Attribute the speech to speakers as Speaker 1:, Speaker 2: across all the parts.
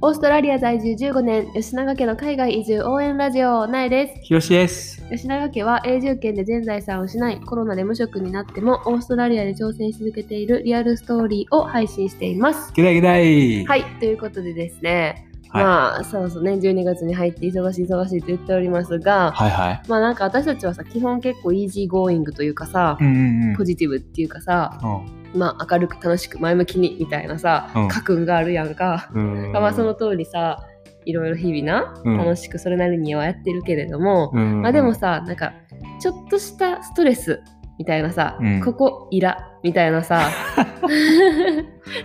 Speaker 1: オーストラリア在住15年、吉永家の海外移住応援ラジオ、なえです。
Speaker 2: ひろしです。
Speaker 1: 吉永家は永住権で全財産を失い、コロナで無職になっても、オーストラリアで挑戦し続けているリアルストーリーを配信しています。
Speaker 2: ゲダゲダイ。
Speaker 1: はい、ということでですね、
Speaker 2: はい
Speaker 1: まあ、そうそうね、12月に入って忙しい忙しいと言っておりますが、
Speaker 2: はいはい。
Speaker 1: まあなんか私たちはさ、基本結構イージーゴーイングというかさ
Speaker 2: う、んうんうん。
Speaker 1: ポジティブっていうかさ、
Speaker 2: う
Speaker 1: まあ明るく楽しく前向きにみたいなさ、
Speaker 2: うん
Speaker 1: 家訓があるやんか。
Speaker 2: んうん。
Speaker 1: まあその通りさいろいろ日々
Speaker 2: うん
Speaker 1: な楽しくそれなりにはやってるけれども、
Speaker 2: うんうんうん。
Speaker 1: まあでもさなんかちょっとしたストレスみたいなさ、
Speaker 2: うん
Speaker 1: ここイラみたいなさ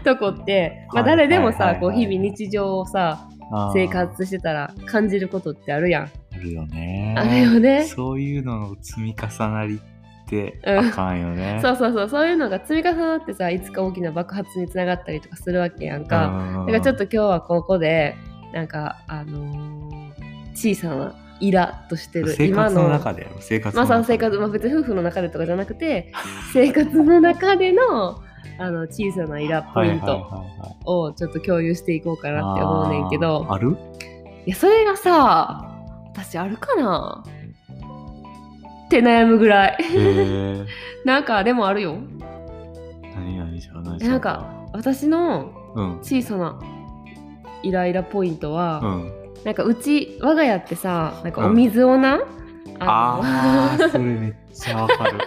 Speaker 1: とこって、まあ、
Speaker 2: はい
Speaker 1: 誰でもさ、
Speaker 2: はいはいはい
Speaker 1: こう日々日常をさ
Speaker 2: あー
Speaker 1: 生。活してたら感じることってあるやん。
Speaker 2: あるよね。
Speaker 1: あるよね
Speaker 2: そういうのの積み重なりって
Speaker 1: うん
Speaker 2: あかんよね。
Speaker 1: そうそうそうそういうのが積み重なってさいつか大きな爆発につながったりとかするわけやんか。
Speaker 2: ん
Speaker 1: だからちょっと今日はここでなんかあのー小さなイラッとしてる
Speaker 2: 生
Speaker 1: 今
Speaker 2: 活
Speaker 1: の
Speaker 2: の中で生活
Speaker 1: ま
Speaker 2: の
Speaker 1: あ
Speaker 2: 中
Speaker 1: そ
Speaker 2: で
Speaker 1: の生活、まあ、別に夫婦の中でとかじゃなくて生活の中でのあの小さなイラポ
Speaker 2: はい
Speaker 1: イ
Speaker 2: はい
Speaker 1: ン
Speaker 2: はい
Speaker 1: ト
Speaker 2: はい。
Speaker 1: をちょっと共有していこうかなって思うねんけど、
Speaker 2: あーある
Speaker 1: いやそれがさ私あるかなって悩むぐらい
Speaker 2: へえ。
Speaker 1: なんかでもあるよ
Speaker 2: 何々じゃない
Speaker 1: えなんか私の
Speaker 2: うん。
Speaker 1: 小さなイライラポイントは、
Speaker 2: うん。
Speaker 1: なんかうち我が家ってさなんかお水をな、
Speaker 2: あ
Speaker 1: あの
Speaker 2: あ、それめっちゃわか る。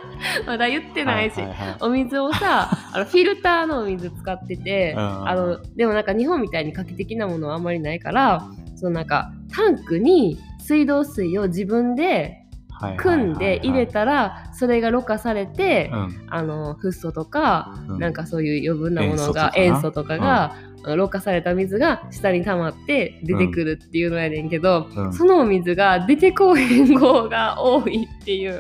Speaker 1: まだ言ってないし、
Speaker 2: はいはいはい
Speaker 1: お水を さあのフィルターのお水使ってて、
Speaker 2: うん
Speaker 1: あのでもなんか日本みたいに画期的なものはあんまりないからそのなんかタンクに水道水を自分で
Speaker 2: はいはいはいはい
Speaker 1: 組んで入れたらそれがろ過されて、
Speaker 2: うん
Speaker 1: あのフッ素とか、
Speaker 2: うん
Speaker 1: なんかそういう余分なものが塩
Speaker 2: 塩
Speaker 1: 素
Speaker 2: 素
Speaker 1: と
Speaker 2: と
Speaker 1: か
Speaker 2: かな
Speaker 1: が、あのろ過された水が下に溜まって出てくるっていうのやねんけど、
Speaker 2: うん
Speaker 1: そのお水が出てこうへん号が多いっていう
Speaker 2: いや、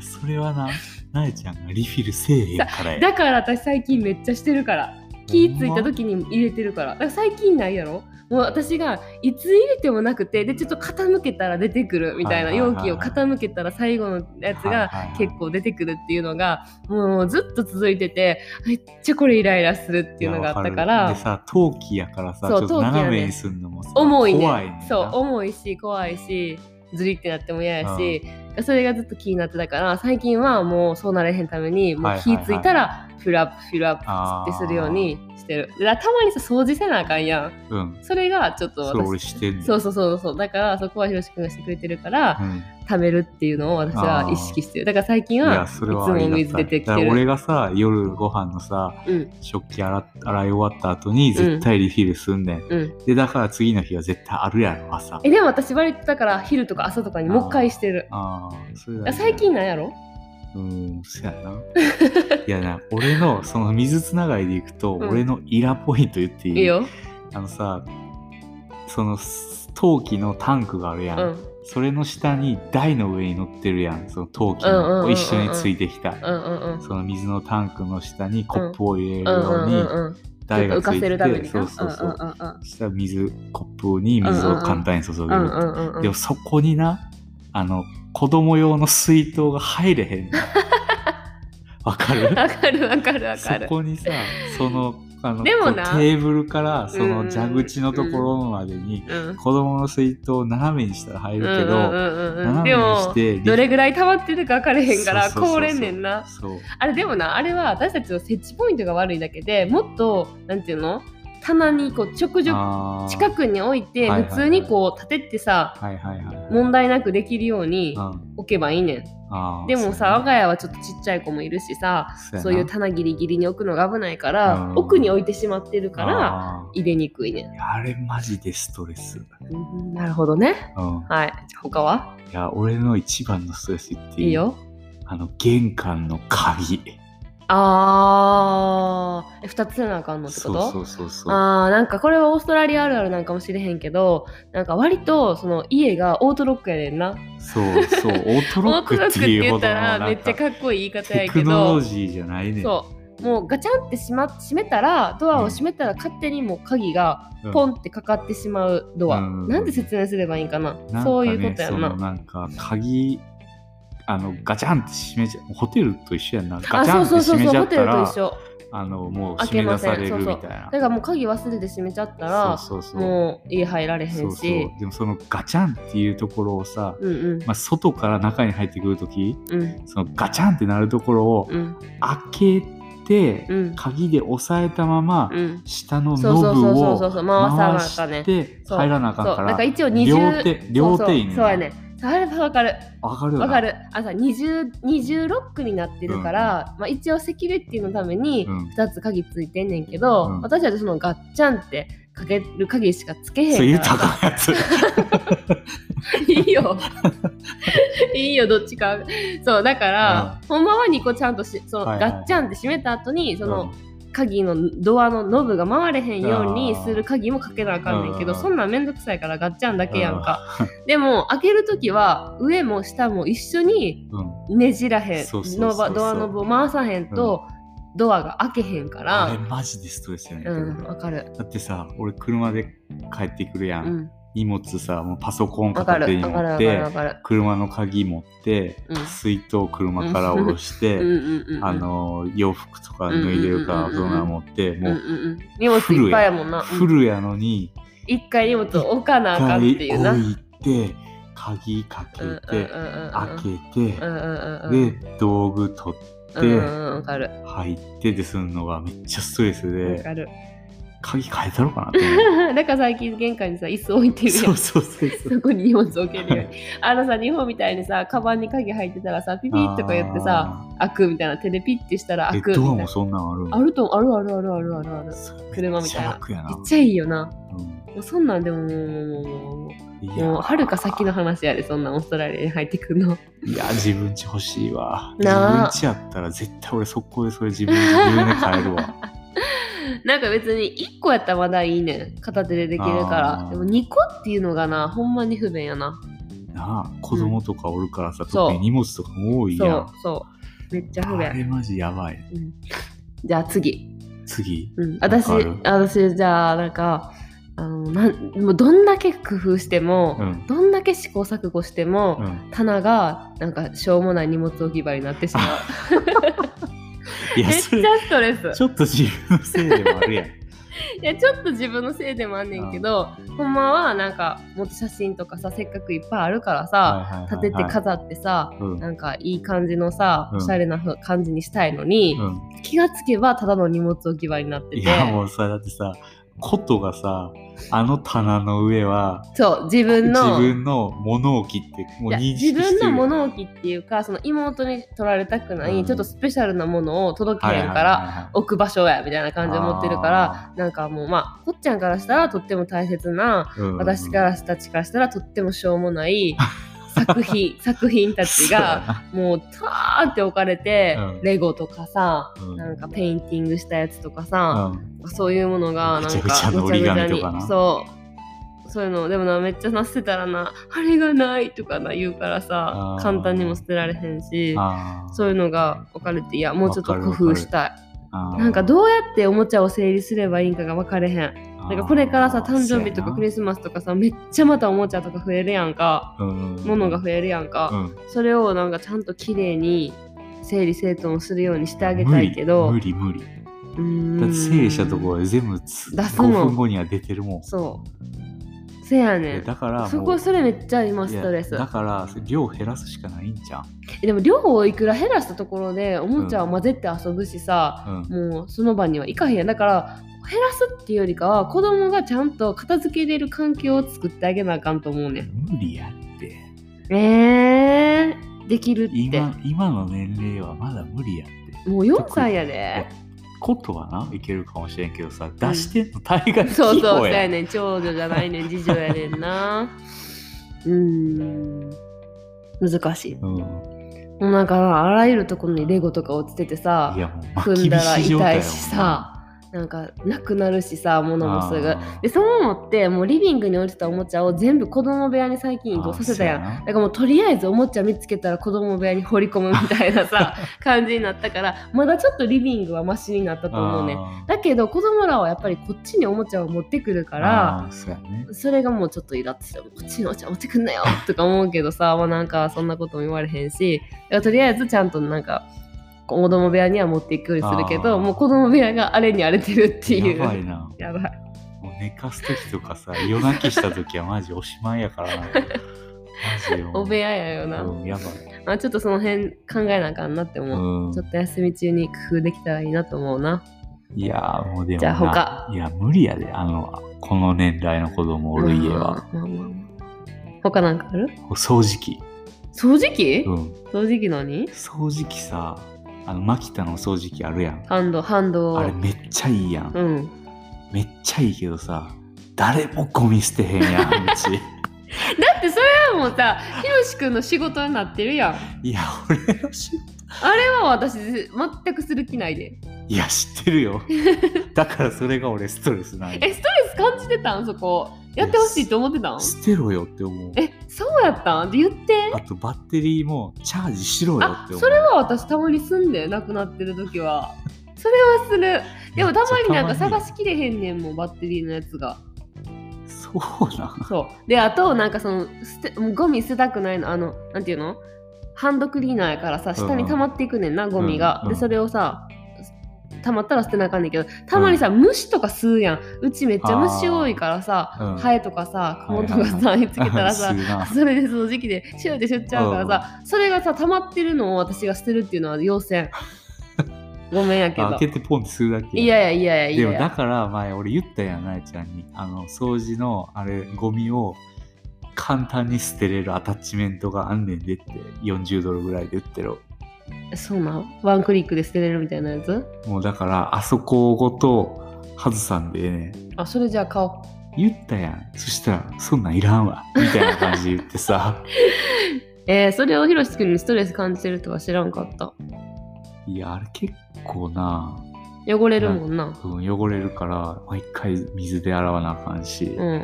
Speaker 2: それはな、なえちゃんがリフィルせえへんからや。
Speaker 1: だから私最近めっちゃしてるから気ぃついた時に入れてるからだから最近ないやろもう私がいつ入れてもなくてでちょっと傾けたら出てくるみたいな
Speaker 2: はいはいはい
Speaker 1: 容
Speaker 2: はい
Speaker 1: 器を傾けたら最後のやつが
Speaker 2: はいはいはい
Speaker 1: 結構出てくるっていうのがもうずっと続いててめっちゃこれイライラするっていうのがあったか
Speaker 2: いやわ
Speaker 1: ら
Speaker 2: るでさ、陶器やからさ、ち
Speaker 1: そう
Speaker 2: ょっと
Speaker 1: 陶器やね
Speaker 2: 斜めにすんのもさ
Speaker 1: 重いね
Speaker 2: 怖いねんな。
Speaker 1: そう重いし怖いしずりってなっても嫌やし、それがずっと気になってたから最近はもうそうなれへんためにも
Speaker 2: は
Speaker 1: う
Speaker 2: いはい
Speaker 1: 気
Speaker 2: はい
Speaker 1: ぃついたらフラップフラップってするようにしてるだからたまにさ掃除せなあかんやん
Speaker 2: うん。
Speaker 1: それがちょっと
Speaker 2: それ俺
Speaker 1: 私
Speaker 2: してんねん
Speaker 1: そうそうそうそうだからそこはひろしくんがしてくれてるから
Speaker 2: うん
Speaker 1: 貯めるっていうのを私は意識してるだから最近
Speaker 2: い
Speaker 1: は
Speaker 2: や、
Speaker 1: いつ
Speaker 2: それ
Speaker 1: も
Speaker 2: は
Speaker 1: お
Speaker 2: ありがたい
Speaker 1: 水出てき
Speaker 2: だ
Speaker 1: て
Speaker 2: から俺
Speaker 1: る
Speaker 2: がさ、夜ご飯のさ、
Speaker 1: うん
Speaker 2: 食器洗っ洗い終わった後に絶対リフィルすんねん。
Speaker 1: うん
Speaker 2: で、だから次の日は絶対あるやろ、朝。
Speaker 1: えでも私割とだから昼とか朝とかにもう一回してる
Speaker 2: ああ、それだ、
Speaker 1: あ最。近なんやろ
Speaker 2: うん、そやな。いやな、俺の、その水つながりでいくと、
Speaker 1: ん
Speaker 2: 俺のイラポイント言っていい
Speaker 1: いいよ
Speaker 2: あのさ、その陶器のタンクがあるやん。
Speaker 1: うん
Speaker 2: それの下に台の上に乗ってるやん。その陶器
Speaker 1: うんうんうんうんう
Speaker 2: の
Speaker 1: ん
Speaker 2: 一緒についてき
Speaker 1: う
Speaker 2: た。
Speaker 1: んうんうん
Speaker 2: その水のタンクの下にコップを入
Speaker 1: う
Speaker 2: れる
Speaker 1: ん
Speaker 2: よ
Speaker 1: う
Speaker 2: うんに
Speaker 1: うんうん
Speaker 2: 台が
Speaker 1: 浮
Speaker 2: つい
Speaker 1: か
Speaker 2: て
Speaker 1: せるために
Speaker 2: て、
Speaker 1: な
Speaker 2: そうそうそう。
Speaker 1: んうん
Speaker 2: そしたら水、コップに水を簡単に注げる。
Speaker 1: うんうんうんうんうん
Speaker 2: でもそこにな、あの、子供用の水筒が入れ へんのわかる
Speaker 1: わかるわかるわかる
Speaker 2: そこにさ、その、あの
Speaker 1: でもな
Speaker 2: こうテーブルからそ
Speaker 1: うん
Speaker 2: の蛇口のところまでに
Speaker 1: うん
Speaker 2: 子供の水筒を斜めにしたら入る
Speaker 1: うんう
Speaker 2: けど、
Speaker 1: んうんうんうん
Speaker 2: 斜
Speaker 1: で
Speaker 2: めにし
Speaker 1: も
Speaker 2: て
Speaker 1: どれぐらい溜まってるか分かれへんから
Speaker 2: そうそうそうそう
Speaker 1: こうれんねんな
Speaker 2: そう
Speaker 1: あれでもなあれは私たちの設置ポイントが悪いだけでもっとなんていうの棚にこう直々
Speaker 2: あー
Speaker 1: 近くに置いて
Speaker 2: はいはいはい
Speaker 1: 普通にこう立ててさ
Speaker 2: はいはいはいはい
Speaker 1: 問題なくできるように
Speaker 2: うん
Speaker 1: 置けばいいねん
Speaker 2: あー
Speaker 1: でもさ我が家はちょっとちっちゃい子もいるしさそういう棚ギリギリに置くのが危ないから
Speaker 2: うん
Speaker 1: 奥に置いてしまってる
Speaker 2: だ
Speaker 1: から入れにくいねん
Speaker 2: あれマジでストレス、
Speaker 1: うんなるほどね。
Speaker 2: うん、
Speaker 1: はい。じゃあ他はい
Speaker 2: や俺の一番のストレスってい
Speaker 1: いいよ。
Speaker 2: あの玄関の鍵
Speaker 1: あー、え二つせなあかんのってこと
Speaker 2: そうそうそうそう
Speaker 1: あーなんかこれはオーストラリアあるあるなんかもしれへんけどなんか割とその家がオートロックやねんな
Speaker 2: そうそうオート
Speaker 1: オ
Speaker 2: ロ
Speaker 1: ー
Speaker 2: ック
Speaker 1: トロック
Speaker 2: って
Speaker 1: って
Speaker 2: いう
Speaker 1: 言
Speaker 2: ほ
Speaker 1: っ
Speaker 2: ど
Speaker 1: た
Speaker 2: の
Speaker 1: ら
Speaker 2: なん
Speaker 1: めっちゃかっこいい言い方
Speaker 2: テ
Speaker 1: やけ
Speaker 2: クノロ
Speaker 1: ど
Speaker 2: ジーじゃないね
Speaker 1: そうもうガチャンってしま閉めたらドアを閉めたら勝手にもう鍵が
Speaker 2: うん
Speaker 1: ポンってかかってしまうドア、
Speaker 2: うん
Speaker 1: なんで説明すればいいんかな
Speaker 2: なんかね
Speaker 1: そういうことやん
Speaker 2: その
Speaker 1: な
Speaker 2: なんか鍵あのガチャンって閉めちゃうホテルと一緒やんな
Speaker 1: あ
Speaker 2: ガチ
Speaker 1: そう
Speaker 2: ャンって
Speaker 1: そうそうそ
Speaker 2: 閉めち
Speaker 1: う
Speaker 2: ゃ
Speaker 1: ホ
Speaker 2: っ
Speaker 1: テ
Speaker 2: た
Speaker 1: ルと
Speaker 2: ら
Speaker 1: 一緒
Speaker 2: あのもう
Speaker 1: 開
Speaker 2: 締
Speaker 1: け
Speaker 2: め
Speaker 1: ま
Speaker 2: 出
Speaker 1: せん
Speaker 2: されるみたいな
Speaker 1: だからもう鍵忘れて閉めちゃったら
Speaker 2: そうそうそう
Speaker 1: もう家入られへ
Speaker 2: そ
Speaker 1: ん
Speaker 2: う
Speaker 1: し
Speaker 2: そうでもそのガチャンっていうところをさ、
Speaker 1: うんうん
Speaker 2: まあ、外から中に入ってくるとき
Speaker 1: うん
Speaker 2: そのガチャンってなるところを
Speaker 1: うん
Speaker 2: 開けて、
Speaker 1: うん
Speaker 2: 鍵で押さえたまま、
Speaker 1: うん
Speaker 2: 下の
Speaker 1: そうそ
Speaker 2: ノ
Speaker 1: うそう
Speaker 2: ブ
Speaker 1: そう
Speaker 2: を
Speaker 1: そうそう回さなあ
Speaker 2: 回
Speaker 1: かんね
Speaker 2: して
Speaker 1: そう
Speaker 2: 入らなあかん
Speaker 1: そう
Speaker 2: か
Speaker 1: だからら一応20
Speaker 2: 両手両手い
Speaker 1: そ
Speaker 2: い
Speaker 1: うそ
Speaker 2: ね
Speaker 1: うそうやねあれわかる
Speaker 2: わかるよな
Speaker 1: わかるあさ 20, 20ロックになってるから、まあ、一応セキュリティのために
Speaker 2: うん
Speaker 1: 2つ鍵ついてんねんけど、
Speaker 2: うん
Speaker 1: 私たちそのガッチャンってかける鍵しかつけへん
Speaker 2: そう
Speaker 1: から
Speaker 2: 豊かなやつ
Speaker 1: いいよいいよどっちかそうだから、ほんまは2個ちゃんとしその、
Speaker 2: はいはいはい
Speaker 1: ガッチャンって閉めた後 にその、
Speaker 2: うん
Speaker 1: 鍵のドアのノブが回れへんように
Speaker 2: あー
Speaker 1: する鍵もかけなあかんねんけど
Speaker 2: うん
Speaker 1: そんなんめんどくさいからガッチャンだけやんか でも開ける時は上も下も一緒に
Speaker 2: うん
Speaker 1: ねじらへん
Speaker 2: そうそうそう
Speaker 1: ノ
Speaker 2: そう
Speaker 1: バドアノブを回さへんとドアが開けへんか
Speaker 2: あれ
Speaker 1: ら
Speaker 2: マジでストレスやね、
Speaker 1: うんわかる
Speaker 2: だってさ俺車で帰ってくるや、
Speaker 1: うんん
Speaker 2: 荷物さもうパソコン
Speaker 1: わか
Speaker 2: 片手
Speaker 1: る
Speaker 2: に
Speaker 1: わかる
Speaker 2: 持
Speaker 1: わ
Speaker 2: っ
Speaker 1: かる
Speaker 2: て
Speaker 1: わかる
Speaker 2: 車の鍵持って、
Speaker 1: うん
Speaker 2: 水筒車から下ろし
Speaker 1: う
Speaker 2: て、
Speaker 1: んうんうんうん
Speaker 2: あの洋服とか脱いでるか
Speaker 1: うん
Speaker 2: ら
Speaker 1: うん
Speaker 2: ド
Speaker 1: うんうん
Speaker 2: ナー持って、
Speaker 1: うんう
Speaker 2: も
Speaker 1: ん
Speaker 2: う
Speaker 1: うん荷物いっぱいやもんな
Speaker 2: フルやのに
Speaker 1: 一回荷物を置かなあかんって
Speaker 2: 一
Speaker 1: い
Speaker 2: 回
Speaker 1: うな
Speaker 2: 置いて鍵かけて、
Speaker 1: うんうんうんうん
Speaker 2: 開
Speaker 1: う
Speaker 2: け
Speaker 1: んうんうん
Speaker 2: て、で道具取って
Speaker 1: うんうんわかる
Speaker 2: 入ってでするのがめっちゃストレス
Speaker 1: わ
Speaker 2: で
Speaker 1: かる
Speaker 2: 鍵変えたろかなって思 う
Speaker 1: だから最近玄関にさ椅子置 いてるやん
Speaker 2: そうそうそうそう
Speaker 1: そこに荷物置けるように。あのさ、日本みたいにさ、カバンに鍵入ってたらさ、ピピッとか言ってさ、
Speaker 2: あ
Speaker 1: 開くみたいな、手でピッてしたら
Speaker 2: ー
Speaker 1: 開
Speaker 2: え
Speaker 1: くみ
Speaker 2: ドア
Speaker 1: たい
Speaker 2: も
Speaker 1: な。
Speaker 2: そんなんあるん
Speaker 1: あると、あるあるあるあるあるある。め
Speaker 2: そう
Speaker 1: 車みたいな
Speaker 2: めっちゃ楽やな
Speaker 1: っちゃいいよな。
Speaker 2: う
Speaker 1: もうそんなんでももう、もう、も、
Speaker 2: んいうや
Speaker 1: もう、はるか先の話やで、そんなんオーストラリアに入ってくんの。
Speaker 2: いや自分家欲しいわ自
Speaker 1: なあ
Speaker 2: 分家やったら絶対俺速攻でそれ自分自分で買え るわ
Speaker 1: なんか別に1個やったらまだいいねん。片手でできるか
Speaker 2: あ
Speaker 1: ら。
Speaker 2: ー
Speaker 1: でも2個っていうのがな、ほんまに不便やな。
Speaker 2: なあ子供とかおるからさ、
Speaker 1: ん
Speaker 2: 特に荷物とかも多い
Speaker 1: そ
Speaker 2: や、
Speaker 1: うんそう。めっちゃ不
Speaker 2: あ
Speaker 1: 便。
Speaker 2: れマジやばい
Speaker 1: うんじゃあ次。
Speaker 2: 次
Speaker 1: うん、私
Speaker 2: わかる
Speaker 1: 私じゃあなんかあのなんもうどんだけ工夫しても、
Speaker 2: うん
Speaker 1: どんだけ試行錯誤しても、
Speaker 2: うん
Speaker 1: 棚がなんかしょうもない荷物置き場になってしまう
Speaker 2: いや
Speaker 1: めっ
Speaker 2: そ
Speaker 1: ちゃ
Speaker 2: れ
Speaker 1: ストレス
Speaker 2: ちょっと自分のせいでもあるやん
Speaker 1: いやちょっと自分のせいでもあんねんけどほんまはなんかもっと写真とかさせっかくいっぱいあるからさ、
Speaker 2: はいはいはいは
Speaker 1: 立
Speaker 2: い
Speaker 1: てて飾ってさ
Speaker 2: うん
Speaker 1: なんかいい感じのさ
Speaker 2: うん
Speaker 1: おしゃれなふ感じにしたいのに、
Speaker 2: うん
Speaker 1: 気がつけばただの荷物置き場になってて
Speaker 2: いやもうさだってさ琴がさあの棚の上は
Speaker 1: そう自分の
Speaker 2: 自分の物置って
Speaker 1: いう
Speaker 2: も
Speaker 1: や
Speaker 2: 認識
Speaker 1: 自
Speaker 2: してる
Speaker 1: 分の物置っていうかその妹に取られたくない、
Speaker 2: うん
Speaker 1: ちょっとスペシャルなものを届け
Speaker 2: はい
Speaker 1: へ
Speaker 2: はい
Speaker 1: ん
Speaker 2: はい
Speaker 1: から、
Speaker 2: は
Speaker 1: 置く場所やみたいな感じで思ってるから
Speaker 2: あ
Speaker 1: なんかもうまあこっちゃんからしたらとっても大切ない
Speaker 2: うんうんうん
Speaker 1: 私からたちからしたらとってもしょうもない 作品作品たちがもうたーって置かれて、
Speaker 2: うん
Speaker 1: レゴとかさ
Speaker 2: そうやな
Speaker 1: なんかペインティングしたやつとか
Speaker 2: う
Speaker 1: さ、
Speaker 2: んうん
Speaker 1: そういうものがなんか
Speaker 2: ぐちゃぐちゃの折り紙とかな
Speaker 1: ぐちゃぐちゃにそうそういうのでもなめっちゃな捨てたらな あれがないとかな言うからさ
Speaker 2: あー
Speaker 1: 簡単にも捨てられへんし
Speaker 2: あー
Speaker 1: そういうのが分かれていやもうちょっと
Speaker 2: わか
Speaker 1: 工
Speaker 2: るわかる
Speaker 1: 夫したい
Speaker 2: あー
Speaker 1: なんかどうやっておもちゃを整理すればいいんかが分かれへんなん
Speaker 2: あー
Speaker 1: かこれからさ誕生日とかクリ
Speaker 2: そ
Speaker 1: スマスとかさめっちゃまたおもちゃとか増えるやんか
Speaker 2: うやなうん
Speaker 1: 物が増えるやん
Speaker 2: う
Speaker 1: か
Speaker 2: ん
Speaker 1: それをなんかちゃんと綺麗に整理整頓するようにしてあげたいけど
Speaker 2: 無理無理無理
Speaker 1: うーん
Speaker 2: だって整理したところで全部つ
Speaker 1: 出すもん
Speaker 2: 5分後には出てるもん
Speaker 1: そう。せやね
Speaker 2: で
Speaker 1: ん。
Speaker 2: だからもう
Speaker 1: そこそれめっちゃ今
Speaker 2: い
Speaker 1: ス
Speaker 2: や
Speaker 1: トレス
Speaker 2: だから量減らすしかないんじゃん
Speaker 1: えでも量をいくら減らしたところでおもちゃを混ぜて遊ぶしさ、
Speaker 2: うん
Speaker 1: もうその場には行かへんやんだから減らすっていうよりかは子供がちゃんと片付けれる環境を作ってあげなあかんと思うね
Speaker 2: 無理やって
Speaker 1: んえー、できるって
Speaker 2: 今今の年齢はまだ無理やって
Speaker 1: もう4歳やで
Speaker 2: ことはないけるかもしれんけどさ出してんの大概器
Speaker 1: そうそうそ
Speaker 2: 用
Speaker 1: う
Speaker 2: や
Speaker 1: や
Speaker 2: ん
Speaker 1: ねん長女じゃないねん次女やねんなうーん難しい
Speaker 2: うん
Speaker 1: もうなんかあらゆるところにレゴとか落ちててさ
Speaker 2: いやもうまあ
Speaker 1: 組んだら
Speaker 2: 厳しい状
Speaker 1: 痛
Speaker 2: 態
Speaker 1: い
Speaker 2: や
Speaker 1: し
Speaker 2: もん
Speaker 1: さなんかなくなるしさ物もすぐ
Speaker 2: あー
Speaker 1: でそう思ってもうリビングに置いてたおもちゃを全部子供部屋に最近移動させたやん
Speaker 2: あ
Speaker 1: だ
Speaker 2: ーそう
Speaker 1: からもうとりあえずおもちゃ見つけたら子供部屋に放り込むみたいな さ感じになったからまだちょっとリビングはマシになったと思うね
Speaker 2: あー
Speaker 1: だけど子供らはやっぱりこっちにおもちゃを持ってくるから
Speaker 2: あーそうやね
Speaker 1: それがもうちょっとイラッとしてこっちにおもちゃ持ってくんなよ とか思うけどさまあなんかそんなことも言われへんしだからとりあえずちゃんとなんか子供部屋には持っていくようにするけ
Speaker 2: あー
Speaker 1: どもう子供部屋があれに荒れてるっていう
Speaker 2: やばいな。
Speaker 1: やばい
Speaker 2: もう寝かす時とかさ、夜泣きした時はマジおしまい やからな。マジよ。
Speaker 1: お部屋やよな、
Speaker 2: うんやばい。
Speaker 1: まあ、ちょっとその辺考えなあかんなって思う、
Speaker 2: うん
Speaker 1: ちょ。っと休み中に工夫できたらいいなと思うない
Speaker 2: やーもうでもな。
Speaker 1: じゃあ他
Speaker 2: いや、無理やで。あの、この年代の子供おる家は。
Speaker 1: まあまあまあ他なんかある
Speaker 2: お掃除機。
Speaker 1: 掃除機、
Speaker 2: うん。
Speaker 1: 掃除機何
Speaker 2: 掃除機さ、あの、マキタのお掃除機あるやん。
Speaker 1: ハンドハンド
Speaker 2: あれめっちゃいいやん。
Speaker 1: うん、
Speaker 2: めっちゃいいけどさ、誰もゴミ捨てへんやん、う
Speaker 1: だっ
Speaker 2: ち。
Speaker 1: てそれはもうさひろしくんの仕事になってるやん
Speaker 2: いや、俺の仕事。
Speaker 1: あれは私全くする気ないで
Speaker 2: いや、知って るよ。だからそれが俺ストレスない。
Speaker 1: えストレス感じてたんそこやってほしいと思ってたん
Speaker 2: 捨てろよって思う。
Speaker 1: えそうやったんって言って
Speaker 2: あとバッテリーもチャージしろよ
Speaker 1: あ
Speaker 2: って思う。
Speaker 1: それは私たまに住んでなくなってる時はそれはするでもたまになんか探
Speaker 2: す。
Speaker 1: しきれへんねんもんバッテリーのやつが
Speaker 2: そうなん。
Speaker 1: そうであとなんかその捨てもうゴミ捨てたくないのあのなんていうのハンドクリーナーやからさ下に溜まっていくねんな、ゴミが、
Speaker 2: うんうん
Speaker 1: でそれをさ溜まったら捨てなあかんねんけどたまにさ、虫とか吸うやんうちめっちゃ虫多いからさ、
Speaker 2: うん
Speaker 1: ハエとかさ
Speaker 2: は
Speaker 1: 蜘蛛とか
Speaker 2: い
Speaker 1: さ見つけたら
Speaker 2: す
Speaker 1: さ
Speaker 2: るな
Speaker 1: それでその時期でシューって吸っちゃうからさ、それがさ溜まってるのを私が捨てるっていうのは要 せごめんやけど
Speaker 2: 開けてポンってするだけ。
Speaker 1: いやいやいやい
Speaker 2: で
Speaker 1: や
Speaker 2: も
Speaker 1: い
Speaker 2: だ
Speaker 1: や
Speaker 2: から前俺言ったやん、なえちゃんに。あの、掃除のあれ、ゴミを簡単に捨てれるアタッチメントがあんねんでって40ドルぐらいで売ってる。
Speaker 1: そうなんワンクリックで捨てれるみたいなやつ
Speaker 2: もうだから、あそこごと外さんでええねん。
Speaker 1: あそれじゃあ買おう
Speaker 2: 言ったやんそしたら「そんなんいらんわ」みたいな感じで言っ てさ
Speaker 1: えー、それをひろしくんにストレス感じてるとは知らんかった。
Speaker 2: いやあれ結構な、
Speaker 1: 汚れるもんな。
Speaker 2: うん、汚れるから毎回水で洗わなあかんし、
Speaker 1: うんうんうんう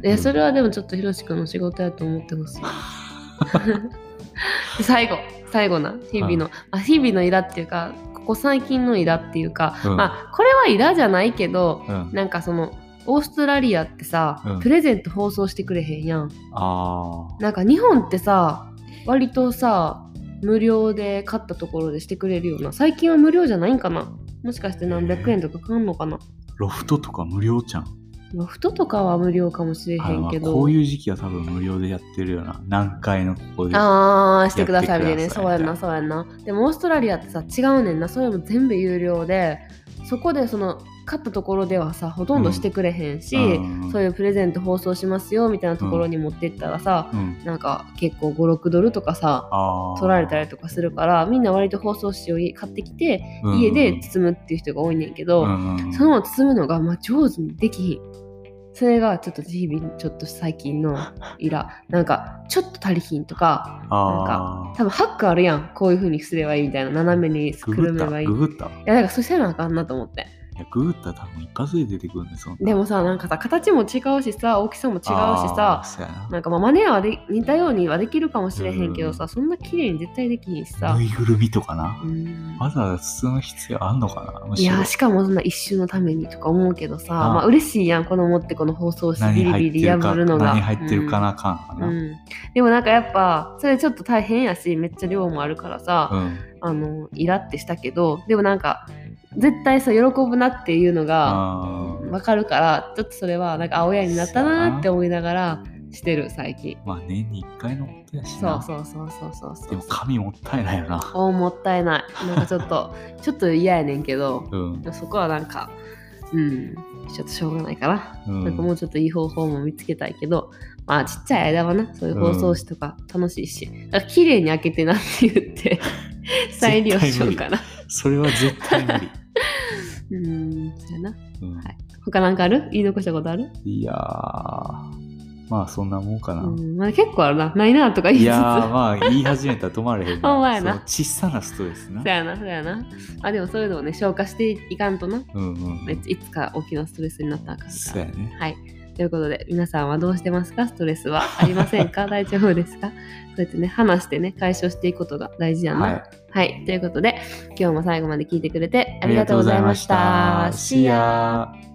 Speaker 1: ん。え
Speaker 2: うん
Speaker 1: それはでもちょっとひろしくんの仕事やと思って ほしい。最後、最後な、日々の、あ日々のイラっていうか、ここ最近のイラっていうか、
Speaker 2: うん
Speaker 1: まあ、これはイラじゃないけど、
Speaker 2: うん、
Speaker 1: なんかその、オーストラリアってさ、
Speaker 2: うん
Speaker 1: プレゼント放送してくれへんやん。
Speaker 2: あー
Speaker 1: なんか日本ってさ、割とさ、無料で買ったところでしてくれるような。最近は無料じゃないんかなもしかして何百円とかかかんのかな
Speaker 2: ロフトとか無料じゃん
Speaker 1: ロフトとかは無料かもしれへ
Speaker 2: あの
Speaker 1: んけど。
Speaker 2: こういう時期は多分無料でやってるよな何回のここで
Speaker 1: あーしてくださいみたいなね
Speaker 2: やってく
Speaker 1: そう
Speaker 2: ださ
Speaker 1: や
Speaker 2: い
Speaker 1: んなそうやんなでもオーストラリアってさ違うねんなそれも全部有料でそこでその買ったところではさほとんどしてくれへんし、
Speaker 2: うん
Speaker 1: そういうプレゼント放送しますよみたいなところに持ってったらさ、
Speaker 2: うん
Speaker 1: なんか結構56ドルとかさ
Speaker 2: あー
Speaker 1: 取られたりとかするからみんな割と包装紙を買ってきて
Speaker 2: うん
Speaker 1: 家で包むっていう人が多いねんけど、
Speaker 2: うんうん
Speaker 1: その包むのがまあ上手にできひんそれがちょっと日々ちょっと最近のイ ラなんかちょっと足りひんとか
Speaker 2: あー
Speaker 1: 多分ハックあるやんこういう風にすればいいみたいな斜めにく
Speaker 2: ググ
Speaker 1: る
Speaker 2: っ
Speaker 1: め
Speaker 2: た
Speaker 1: ばいいい
Speaker 2: ググったい
Speaker 1: やだからそしたらあかんなと思って
Speaker 2: やググったら多分一発で出てくるんでそんな
Speaker 1: でもさなんかさ形も違うしさ大きさも違うしさ
Speaker 2: あーそうやな
Speaker 1: なんかまあマネーはで似たようにはできるかもしれへんけどさ、
Speaker 2: う
Speaker 1: そんな綺麗に絶対できひんしさ
Speaker 2: ぬ、いぐるみとかな
Speaker 1: うん、
Speaker 2: わざわざ包む必要あんのかなむ
Speaker 1: い
Speaker 2: しろ
Speaker 1: やしかもそんな一瞬のためにとか思うけどさ
Speaker 2: ああ
Speaker 1: まあ嬉しいやん子供ってこの放送紙ビ
Speaker 2: 何入
Speaker 1: リ
Speaker 2: っ
Speaker 1: ビ
Speaker 2: て
Speaker 1: リ
Speaker 2: る
Speaker 1: 破
Speaker 2: か
Speaker 1: るのが
Speaker 2: 何入ってるかな感か
Speaker 1: う
Speaker 2: な、
Speaker 1: ん、うんでもなんかやっぱそれちょっと大変やしめっちゃ量もあるからさ、
Speaker 2: うん
Speaker 1: あのイラってしたけどでもなんか絶対さ喜ぶなっていうのが
Speaker 2: あー
Speaker 1: わかるからちょっとそれはなんかあ親になったなって思いながらしてる最近
Speaker 2: まあ年に1回のことやし
Speaker 1: そ
Speaker 2: な
Speaker 1: うそうそうそうそうそ
Speaker 2: で
Speaker 1: う
Speaker 2: も紙もったいないよな
Speaker 1: おもったいないなんかちょっとちょっと嫌やねんけど
Speaker 2: うん、
Speaker 1: そこはなんかうんちょっとしょうがないかな
Speaker 2: うん、
Speaker 1: なんかもうちょっといい方法も見つけたいけど、まあちっちゃい間はな、そういう包装紙とか楽しいし、だから綺麗に開けてなって言 って、再利用しようかな。
Speaker 2: それは絶対無理、
Speaker 1: うーん、そうやな。
Speaker 2: うん
Speaker 1: は他なんかある言い残したことある、
Speaker 2: い、やーまあそんなもんかな、
Speaker 1: うん、まあ結構あるな。ないなとか言いつ
Speaker 2: い
Speaker 1: つ。
Speaker 2: やー
Speaker 1: そ
Speaker 2: まあ言い始めたら止まれへ ん
Speaker 1: ほんまやな
Speaker 2: その小さなストレスな
Speaker 1: うや な、そうやな。あ、でもそういうのをね、消化していかんとな。
Speaker 2: うんうん
Speaker 1: めっちゃいつか大きなストレスになったらあかん
Speaker 2: そう
Speaker 1: か
Speaker 2: やね
Speaker 1: ら。はい。ということで、皆さんはどうしてますかストレスはありません か大丈夫ですかそうやってね、話してね、解消していくことが大事やな。
Speaker 2: はい
Speaker 1: はい、ということで今日も最後まで聞いてくれてありがとうございました。
Speaker 2: ありがとうございました
Speaker 1: See ya!
Speaker 2: See ya